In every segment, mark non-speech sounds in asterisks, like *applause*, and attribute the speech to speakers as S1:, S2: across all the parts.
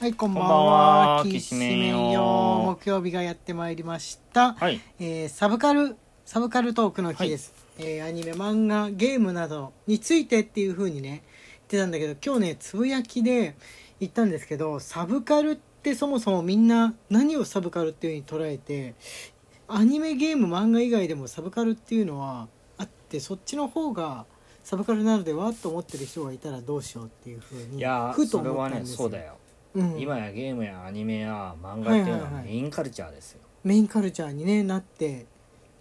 S1: はい、こんばん
S2: こんばん
S1: は
S2: は。
S1: き
S2: き
S1: し
S2: し
S1: め
S2: め
S1: ん
S2: んよ
S1: よ。木曜日がやってまいりました。
S2: はい。
S1: えーサブカル、サブカルトークの日です。えーアニメ、漫画、ゲームなどについてっていう風にね、言ってたんだけど、今日ね、つぶやきで言ったんですけど、サブカルってそもそもみんな何をサブカルっていう風に捉えて、アニメ、ゲーム、漫画以外でもサブカルっていうのはあって、そっちの方が、サブカルなのではと思ってる人がいたらどうしようっていう風に
S2: いや
S1: ふ
S2: ー、
S1: と
S2: それ
S1: 思っ
S2: は
S1: たん
S2: ね、
S1: です
S2: そうだよ。
S1: うん
S2: 今やゲームやアニメや漫画っていうの
S1: はいはいは
S2: はいメインカルチャーですよ。
S1: メインカルチャーに、ね、なって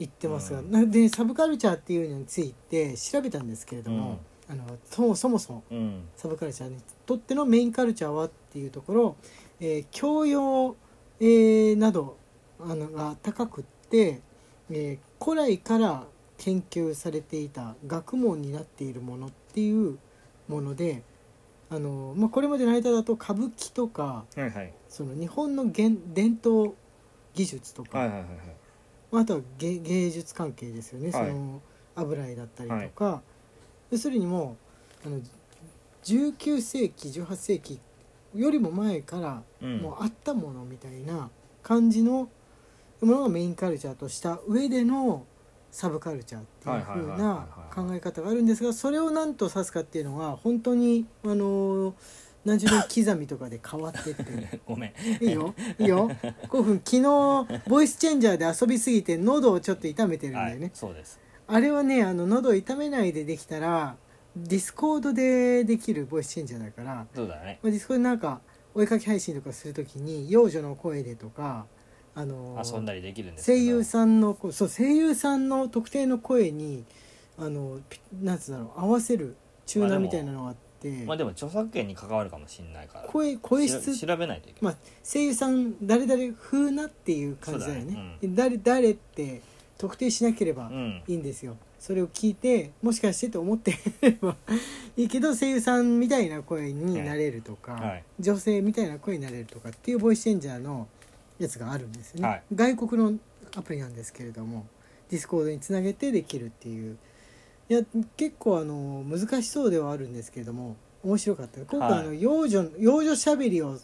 S1: いってますが、
S2: うん
S1: なでサブカルチャーっていうのについて調べたんですけれども、あのそそもそも
S2: うん。
S1: サブカルチャーにとってのメインカルチャーはっていうところ、えー教養、えーなどあのが高くって、えー古来から研究されていた学問になっているものっていうものであの、まあ、これまでの間だと歌舞伎とか
S2: はいはい。
S1: その日本の現伝統技術とか、
S2: はいはいはい
S1: まあ、あとは芸芸術関係ですよね、
S2: はい
S1: その油絵だったりとか、要するにもうあの19世紀18世紀よりも前から
S2: うん
S1: もうあったものみたいな感じのものがメインカルチャーとした上でのサブカルチャーっていう
S2: はいはい
S1: 風
S2: はいはい
S1: な
S2: はい
S1: 考え方があるんですがそれを何と指すかっていうのが本当にあのー何十年刻みとかで変わってって。
S2: はい。ごめん。
S1: いいよいいよ5分昨日ボイスチェンジャーで遊びすぎて喉をちょっと痛めてるん
S2: は
S1: だよね
S2: い、、そうです。
S1: あれはねあの喉を痛めないでできたらディスコードでできるボイスチェンジャーだから、ま
S2: そうだね。
S1: あ、ディスコードでなんかお絵かき配信とかするときに幼女の声でとかあの
S2: 遊んだりできるんですけ
S1: 声
S2: ど
S1: 優さんのこうそう声優さんの特定の声にあのピなんつうんだろう合わせるチューナーみたいなのがあって、
S2: まあでも著作権に関わるかもしれないから。
S1: 声声質
S2: しら調べないといけ
S1: ま
S2: ない。
S1: あ、声優さん誰々風なっていう感じだよ
S2: そうだ
S1: ね
S2: ね
S1: 誰誰って特定しなければ
S2: うん。
S1: いいんですよ、それを聞いてもしかしてと思ってればいいけど声優さんみたいな声になれるとか、
S2: はい。
S1: 女性みたいな声になれるとかっていうボイスチェンジャーのやつがあるんですよね、
S2: はい
S1: 外国のアプリなんですけれどもディスコードにつなげてできるっていういや結構あの難しそうではあるんですけれども面白かった今回
S2: はい
S1: あの、幼女幼女しゃべりを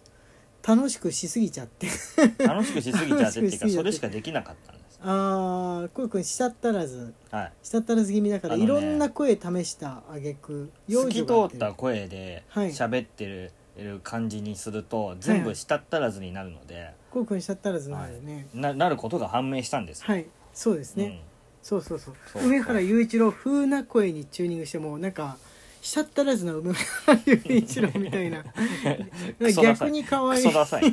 S1: 楽しくしすぎちゃって *laughs*
S2: 楽しくしすぎちゃってってい
S1: 楽しくし
S2: う
S1: すぎ
S2: か、
S1: ちゃって
S2: それしかできなかったんです。
S1: ああこうくんしたったらず
S2: はい。
S1: したったらず気味だから、
S2: あの
S1: い
S2: ね
S1: ろんな声試した挙句
S2: 透き通
S1: があ
S2: った声で
S1: はい
S2: 喋ってる感じにすると全
S1: はい
S2: 部したったらずになるので、
S1: こうくんしたったらずなんだよね
S2: ななることが判明したんですよ
S1: はい、そうですね、
S2: うん
S1: そうそうそう
S2: そう
S1: 梅原雄一郎風な声にチューニングしてもうなんかしちゃったらずな梅原雄一郎みたいな
S2: *laughs* クソダサ
S1: 逆
S2: い
S1: に可
S2: ク
S1: 愛い
S2: ソダサい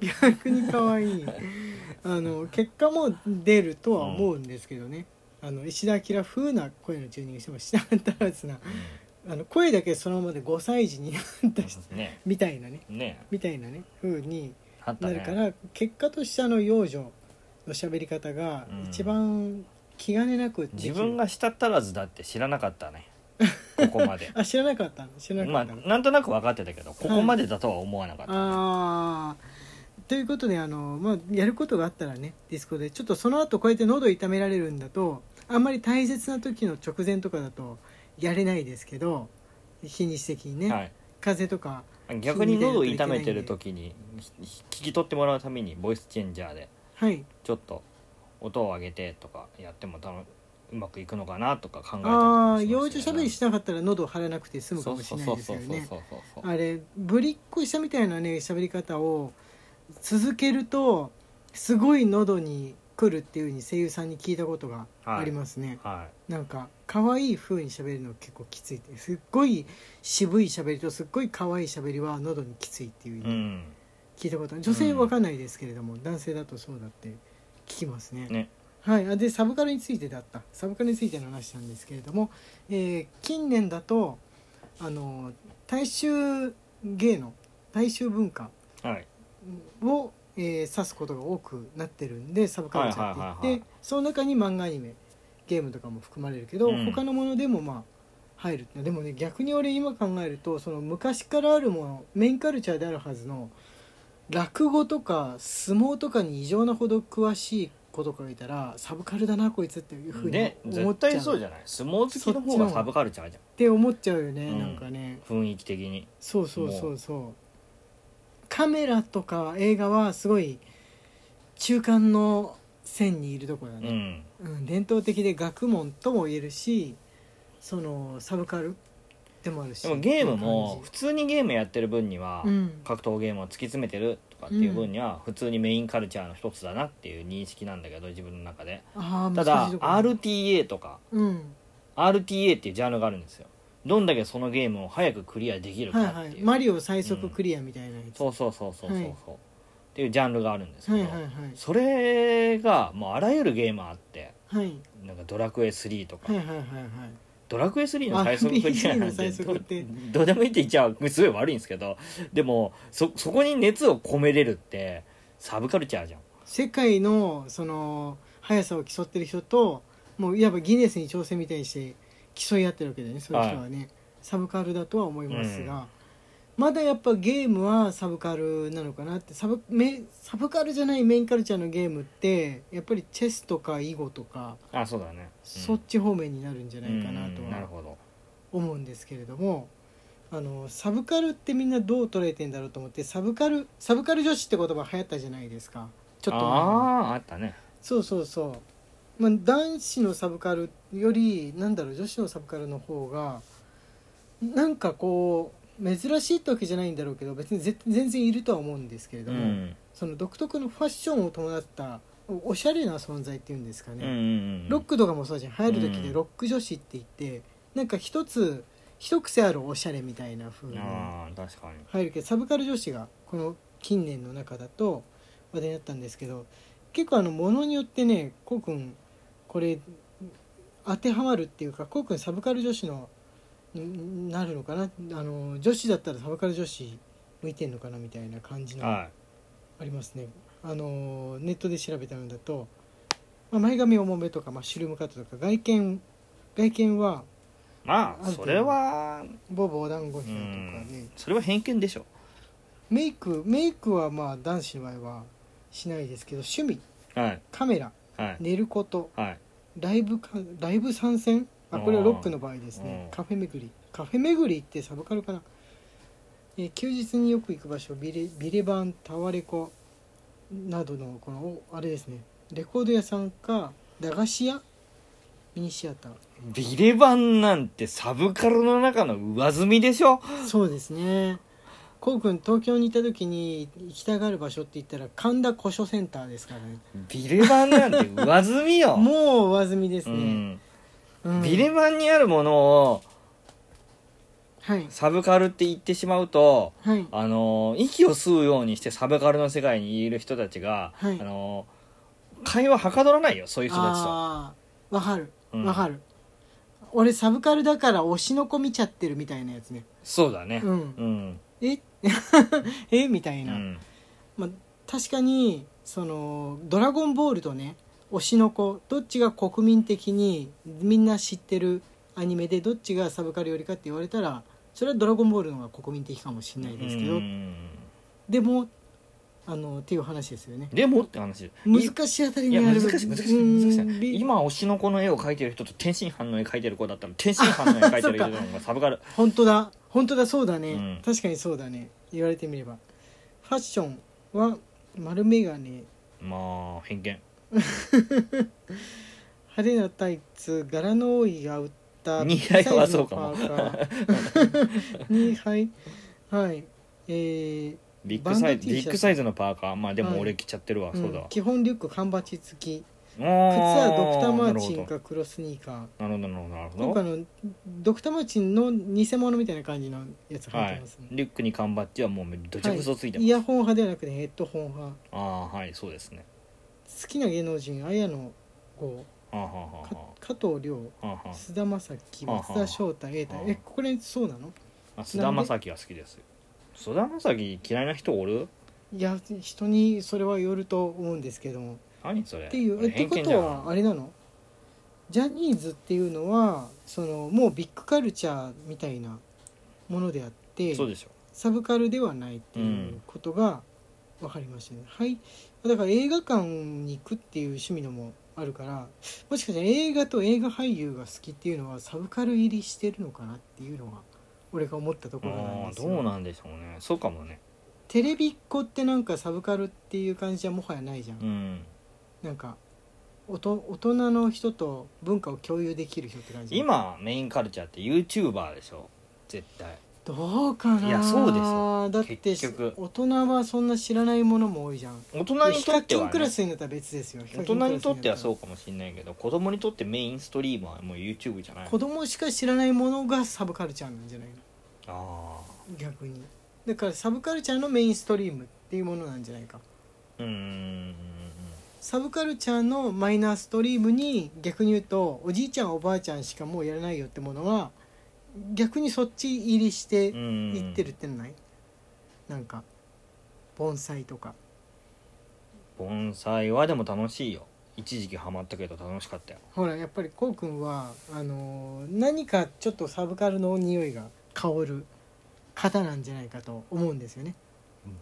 S1: 逆に可愛いあの結果も出るとは思うんですけどね、あの石田明風な声のチューニングしてもしちゃったらずなあの声だけそのままで5歳児になった人
S2: ね
S1: みたいなね
S2: ね
S1: みたいなね風に
S2: あった
S1: な
S2: ね
S1: るから、結果としてあの幼女の喋り方が一番気兼ねなくでき
S2: 自
S1: る
S2: 分がしたったらずだって知らなかったねここまで
S1: あ知らなかったの知らな
S2: ま
S1: か
S2: あ
S1: ったの、
S2: なんとなく分かってたけどここまでだとは思わなかった、
S1: あーということであの、まあ、やることがあったらねディスコでちょっとその後こうやって喉痛められるんだとあんまり大切な時の直前とかだとやれないですけど日にち的にね、
S2: はい
S1: 風邪とか
S2: 逆に喉を痛めてる時にひ聞き取ってもらうためにボイスチェンジャーで
S1: はい
S2: ちょっと音を上げてとかやってもたのうまくいくのかなとか考えたりと
S1: ああ
S2: か
S1: ー
S2: し
S1: 幼
S2: ま
S1: 女
S2: し
S1: しゃ
S2: たね
S1: べりしなかったら喉を張らなくて済むか
S2: そう
S1: もし
S2: そう
S1: れな
S2: そ
S1: いうです
S2: そ
S1: よね
S2: うそうそう
S1: あれぶりっこしたみたいなね喋り方を続けるとすごい喉に来るっていう風に声優さんに聞いたことがありますね、
S2: はい
S1: なんか可愛い風に喋るの結構きついってすっごい渋い喋りとすっごい可愛い喋りは喉にきついっていう風
S2: う
S1: に
S2: ん
S1: 聞いたことある女性わかんないですけれども、男性だとそうだって聞きますね
S2: ね
S1: はい、あでサブカルについてだったサブカルについての話なんですけれども、えー近年だとあの大衆芸能大衆文化
S2: はい
S1: を、えー指すことが多くなってるんでサブカルチャーって言って、
S2: はいはいはいはい
S1: その中に漫画アニメゲームとかも含まれるけど、
S2: うん
S1: 他のものでもまあ入るってでもね逆に俺今考えるとその昔からあるものメインカルチャーであるはずの落語とか相撲とかに異常なほど詳しい子とかがいたらサブカルだなこいつっていうふうに
S2: ね
S1: 思
S2: 絶
S1: っちゃ
S2: 対
S1: う
S2: そうじ
S1: っ
S2: ゃない相撲好きの方がサブカルチャーじ
S1: て思っちゃうよね、
S2: うん
S1: なんかね
S2: ゃん雰囲気的に
S1: そうそうそうそうカメラとか映画はすごい中間の線にいるところだ
S2: う
S1: ね、
S2: ん
S1: うん、伝統的で学問とも言えるしそのサブカルでもあるし
S2: でもゲーム
S1: っ
S2: も普
S1: て
S2: 通にゲームやってる分には、
S1: うん
S2: 格闘ゲームを突き詰めてるとかっていう分には普通にメインカルチャーの一つだなっていう認識なんだけど自分の中で
S1: 感じ
S2: た
S1: あー難
S2: だ
S1: しいとこ
S2: RTA とか
S1: うん
S2: RTA っていうジャンルがあるんですよどんだけそのゲームを早くクリアできるか
S1: は
S2: っ
S1: い
S2: ていう、
S1: はいマリオ最速クリアみたいなやつ、
S2: そうそうそうそうそうそう、
S1: はい
S2: っていうジャンルがあるんですけ
S1: は
S2: ど、
S1: いはいはい
S2: それがもうあらゆるゲームあって
S1: はい
S2: なんかドラクエ3とか、
S1: はいはいはいはい
S2: ドラクエ3の最速クリアな
S1: RPG
S2: んて
S1: の最速って
S2: どどうでもいいって言っちゃすごい悪いんですけどでもそそこに熱を込めれるってサブカルチャーじゃん
S1: 世界のその速さを競ってる人ともういわばギネスに挑戦みたいにして競い合ってるわけだよねそういう人はね、サブカルだとは思いますが、
S2: うん
S1: まだやっぱゲームはサブカルなのかなってサブメサブカルじゃないメインカルチャーのゲームってやっぱりチェスとか囲碁とか、
S2: あそうだね、うん
S1: そっち方面になるんじゃないかなと
S2: うんなる
S1: は
S2: ほど
S1: 思うんですけれども。あのサブカルってみんなどう捉えてんだろうと思ってサブカルサブカル女子って言葉流行ったじゃないですかちょっと前に
S2: あああったね
S1: そうそうそう、まあ、男子のサブカルよりなんだろう女子のサブカルの方がなんかこう珍しいってわけじゃないんだろうけど別にぜ全然いるとは思うんですけれ
S2: う
S1: ども、
S2: ん
S1: その独特のファッションを伴ったおおしゃれな存在っていうんですか
S2: うん
S1: ね、
S2: うんうん
S1: ロックとかもそうじゃん流行る時
S2: う
S1: で
S2: ん
S1: ロック女子って言って、なんか一つ一癖あるおしゃれみたいな風に
S2: ああ確かに
S1: 入るけどサブカル女子がこの近年の中だと話題になったんですけど結構あのものによってねこうくんこれ当てはまるっていうかこうくんサブカル女子のんなるのかなあの女子だったらサブカル女子向いてんのかなみたいな感じのあ
S2: は
S1: りますね。あのネットで調べたのだと、まあ、前髪重めとかマッシュルームカットとか外見外見はい
S2: ま
S1: あ
S2: あ
S1: る程度
S2: それは
S1: ボブお団子
S2: う
S1: ひなとかね
S2: んそれは偏見でしょ
S1: メイクメイクはまあ男子の場合はしないですけど趣味
S2: はい
S1: カメラ
S2: はい
S1: 寝ること
S2: はい
S1: ライブかライブ参戦あこれはロックの場合ですね
S2: うん
S1: カフェ巡りカフェ巡りってサブカルかな、えー休日によく行く場所ビレビレバンタワレコなどのこのおあれですねレコード屋さんか駄菓子屋ミニシアター
S2: *laughs* ビレバンなんてサブカルの中の上積みでしょ
S1: そうですねこうくん東京にいた時に行きたがる場所って言ったら神田古書センターですからね
S2: ビレバンなんて上積みよ
S1: もう上積みです
S2: う
S1: ね、
S2: ん
S1: うん
S2: ビレバンにあるものを
S1: はい
S2: サブカルって言ってしまうと
S1: はい
S2: あの息を吸うようにしてサブカルの世界にいる人たちが、
S1: はい
S2: あの会話はかどらないよそういう人たちと
S1: あーわかる
S2: うん
S1: わかる、俺サブカルだから推しの子見ちゃってるみたいなやつね
S2: そうだね
S1: うん
S2: うん
S1: え *laughs* えみたいうな、
S2: ん
S1: まあ、確かにその「ドラゴンボール」とね「推しの子」どっちが国民的にみんな知ってるアニメでどっちがサブカルよりかって言われたらそれは「ドラゴンボール」の方が国民的かもしれないですけど、
S2: うん
S1: でもあのっていう話ですよね
S2: でもって話
S1: 難しいあたり
S2: い
S1: に
S2: や
S1: あ
S2: 難
S1: る
S2: しい難しい難し
S1: うん
S2: い
S1: び
S2: 今推しの子の絵を描いてる人と天津飯の絵描いてる子だったら天津飯の絵描いてる人の方がサブカル
S1: 本当だ本当だそうだね、
S2: うん
S1: 確かにそうだね言われてみればファッションは丸眼鏡
S2: まあ偏見
S1: 派手なタイツ柄の多いアウター
S2: 似合いはそうかも
S1: サイズのパーカ
S2: *laughs*
S1: ーにはいはいえー
S2: ビッグサイ
S1: バンド T
S2: ズ
S1: シャ
S2: ビ
S1: ツ
S2: ッグサイズのパーカーまあでも俺着ちゃってるわ、
S1: うん
S2: そうだわ
S1: 基本リュック缶バチ付き
S2: 靴
S1: 靴はドクターマーチン
S2: なる
S1: か黒スニーカー
S2: ほどなるほどなるほど
S1: 今回のドクターマーチンの偽物みたいな感じのやつ
S2: は
S1: 入って
S2: い
S1: ますね、、
S2: リュックに缶バッジはもうどちゃくそついてます、
S1: イヤホン派ではなくてヘッドホン派
S2: ああはいそうですね
S1: 好きな芸能人綾野剛
S2: はあ、はあは
S1: か加藤涼
S2: あ、はあは
S1: 菅田将暉
S2: はあはあ
S1: 松田翔太瑛太
S2: はあ
S1: えこれそうなの
S2: あ、菅田将暉は好きです菅田将暉嫌いな人おる
S1: いや人にそれはよると思うんですけどもっ
S2: 何それ
S1: ていうえ
S2: 俺
S1: って
S2: 偏
S1: こ
S2: 見じ
S1: と
S2: ゃん
S1: はあれなのジャニーズっていうのはそのもうビッグカルチャーみたいなものであって
S2: そうでしょ
S1: サブカルではないっていうことが分かりましたね、はいだから映画館に行くっていう趣味のもあるからもしかしたら映画と映画俳優が好きっていうのはサブカル入りしてるのかなっていうのは俺が思ったところなん
S2: あ
S1: で
S2: あ
S1: す
S2: どうなんでしょうねそうかもね
S1: テレビっ子ってなんかサブカルっていう感じじゃもはやないじゃん、
S2: うん、
S1: なんかおと大人の人と文化を共有できる人って感じ
S2: 今メインカルチャーって YouTuber でしょ絶対
S1: どうかない
S2: いやそうですよ
S1: だって
S2: 結局
S1: 大人はそんな知らないものも多いじゃん
S2: 大人に
S1: ヒ
S2: と
S1: カ
S2: って
S1: キン
S2: は、
S1: クラ
S2: ね、
S1: スになったら別ですよ
S2: 大人にとってはそううかもしれないけど子供にとってメインストリームはもう YouTube じゃない
S1: 子供しか知らないものがサブカルチャーなんじゃないの
S2: あ
S1: 逆にだからサブカルチャーのメインストリームっていうものなんじゃないか
S2: あうん
S1: サブカルチャーのマイナーストリームに逆に言うとおじいちゃんおばあちゃんしかもうやらないよってものは逆にそっち入りして
S2: う
S1: い
S2: ん
S1: ってるってのない、なんか盆栽とか
S2: 盆栽はでも楽しいよ一時期ハマったけど楽しかったよ
S1: ほらやっぱりこうくんはあのー何かちょっとサブカルの匂いが香る方なんじゃないかと思うんですよね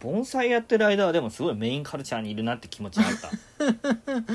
S2: 盆栽やってる間はでもすごいメインカルチャーにいるなって気持ちがあ
S1: *laughs*
S2: った、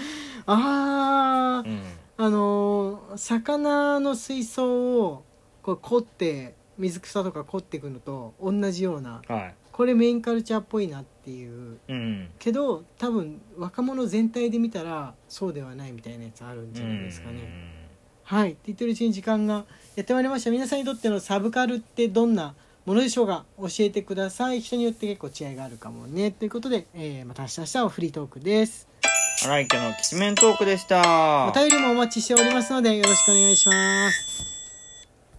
S1: あー
S2: うん、
S1: あのー魚の水槽をこう凝って水草とか凝っていくのと同じような
S2: はい
S1: これメインカルチャーっぽいなっていう
S2: うん
S1: けど多分若者全体で見たらそうではないみたいなやつあるんじゃないですかね。はいって言ってるうちに時間がやってまいりました皆さんにとってのサブカルってどんなものでしょうか教えてください人によって結構違いがあるかもねということで、えーまた明日明日はフリートークです
S2: 荒井家のきしめんトークでした
S1: お便りもお待ちしておりますのでよろしくお願いします